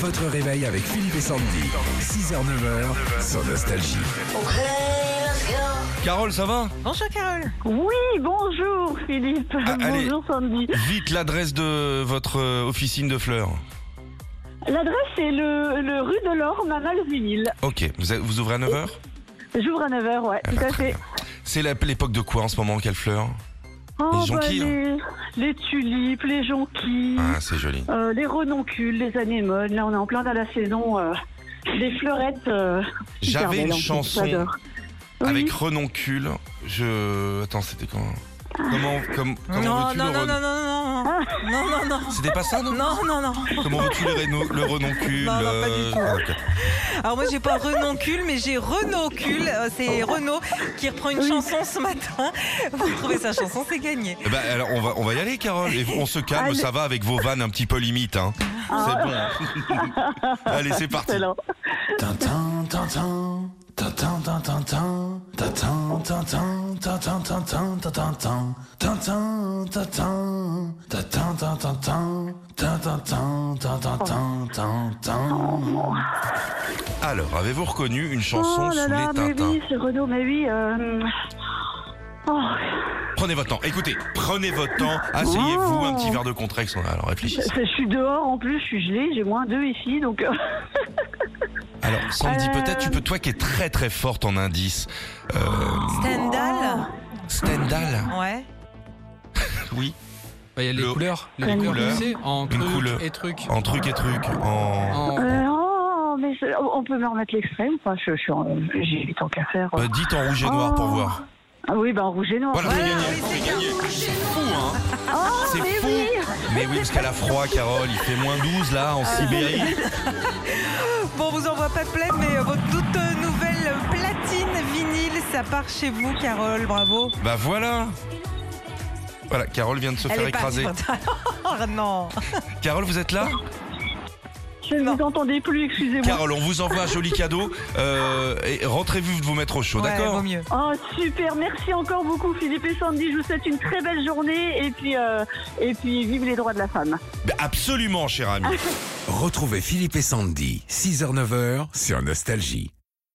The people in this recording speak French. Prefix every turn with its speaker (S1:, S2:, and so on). S1: Votre réveil avec Philippe et Sandy. 6h-9h sur Nostalgie.
S2: Carole, ça va
S3: Bonjour Carole.
S4: Oui, bonjour Philippe.
S2: Ah, allez.
S4: bonjour Sandy.
S2: Vite l'adresse de votre euh, officine de fleurs.
S4: L'adresse c'est le, le rue de l'Orme à Malzunil.
S2: Ok, vous, a- vous ouvrez à 9h
S4: J'ouvre à 9h, ouais, tout à fait.
S2: C'est la- l'époque de quoi en ce moment Quelle fleur Les jonquilles,
S4: les, Oh, bah, les tulipes, les jonquilles,
S2: Ah, c'est joli.
S4: euh, les renoncules, les anémones. Là, on est en plein dans la saison euh, des fleurettes. euh, super
S2: J'avais
S4: belles,
S2: une
S4: en plus,
S2: chanson
S4: j'adore. Oui.
S2: avec renoncule. Je. Attends, c'était comment Comment, comme, comment
S3: Non,
S2: veux-tu
S3: non,
S2: le
S3: non, non,
S2: ren-
S3: non, non, non, non, non, non,
S2: C'était pas ça, non
S3: non, non, non.
S2: Comment veux-tu le, reno- le renoncule
S3: Non, non, pas du
S2: euh,
S3: tout.
S2: ah, ok.
S3: Alors moi j'ai pas Renoncule, mais j'ai Renoncule. Euh, C'est Renaud qui reprend une chanson ce matin. Vous trouvez sa chanson, c'est gagné.
S2: Eh ben, alors, on va, on va y aller, Carole. Et on se calme,
S4: Allez. Ah.
S2: ça va avec vos vannes un petit peu limite. Hein. C'est bon. Allez, c'est parti.
S4: Excellent.
S5: Bah,
S6: Tintin, tintin, tintin, tintin, tintin, tintin, tintin, tintin, tintin, tintin, tintin, tintin, tintin, tintin, tintin, tintin, tintin, tintin.
S2: Alors, avez-vous reconnu une chanson
S4: Oh là
S2: sous
S4: là,
S2: les
S4: mais
S2: Tintins
S4: oui, c'est Renaud, mais oui. euh, oh,
S2: Prenez votre temps. Écoutez, prenez votre temps. Asseyez-vous,
S4: Oh.
S2: un petit verre de contrex. Alors, réfléchissez.
S4: je suis dehors en plus, je suis gelée, j'ai moins 2 ici, donc... euh,
S2: Alors, Sandy,
S4: Euh.
S2: peut-être tu peux, toi qui es très très forte en indice. Euh,
S3: Stendhal
S2: Stendhal
S3: Oh. Ouais.
S2: Oui.
S5: Bah, il y a les
S2: Le-
S5: couleurs,
S4: Une
S5: les couleurs,
S2: couleur.
S5: tu sais, en truc
S2: couleur.
S5: et truc.
S2: En truc et truc. En.
S5: En-
S4: Euh, oh, mais c'est- on peut me remettre l'extrait ou pas Je- je suis en- J'ai eu tant qu'à faire.
S2: Euh, dites en rouge et noir pour
S4: Oh.
S2: voir.
S4: Ah oui, ben en rouge et noir.
S2: Voilà,
S3: Voilà,
S2: c'est gagné.
S3: Ah, oui, c'est
S2: C'est gagné. C'est fou, hein C'est
S4: mais
S2: fou
S4: oui.
S2: Mais oui, parce qu'elle a froid, Carole. Il fait moins 12 là,
S4: Euh.
S2: en Sibérie.
S3: Bon, on vous envoie pas plein, mais euh, votre toute euh, nouvelle platine vinyle, ça part chez vous, Carole. Bravo.
S2: Bah voilà Voilà, Carole vient de se faire
S3: est pas
S2: écraser.
S3: Oh non.
S2: Carole, vous êtes là
S4: Je ne
S3: Non.
S4: vous entendais plus, excusez-moi.
S2: Carole, on vous envoie un joli cadeau. Euh, et rentrez-vous vous mettre au chaud,
S3: Ouais,
S2: d'accord
S3: vaut mieux.
S4: Oh super, merci encore beaucoup Philippe et Sandy. Je vous souhaite une très belle journée et puis euh, et puis vive les droits de la femme.
S2: Bah, Absolument, cher ami.
S1: Retrouvez Philippe et Sandy. 6h-9h sur Nostalgie.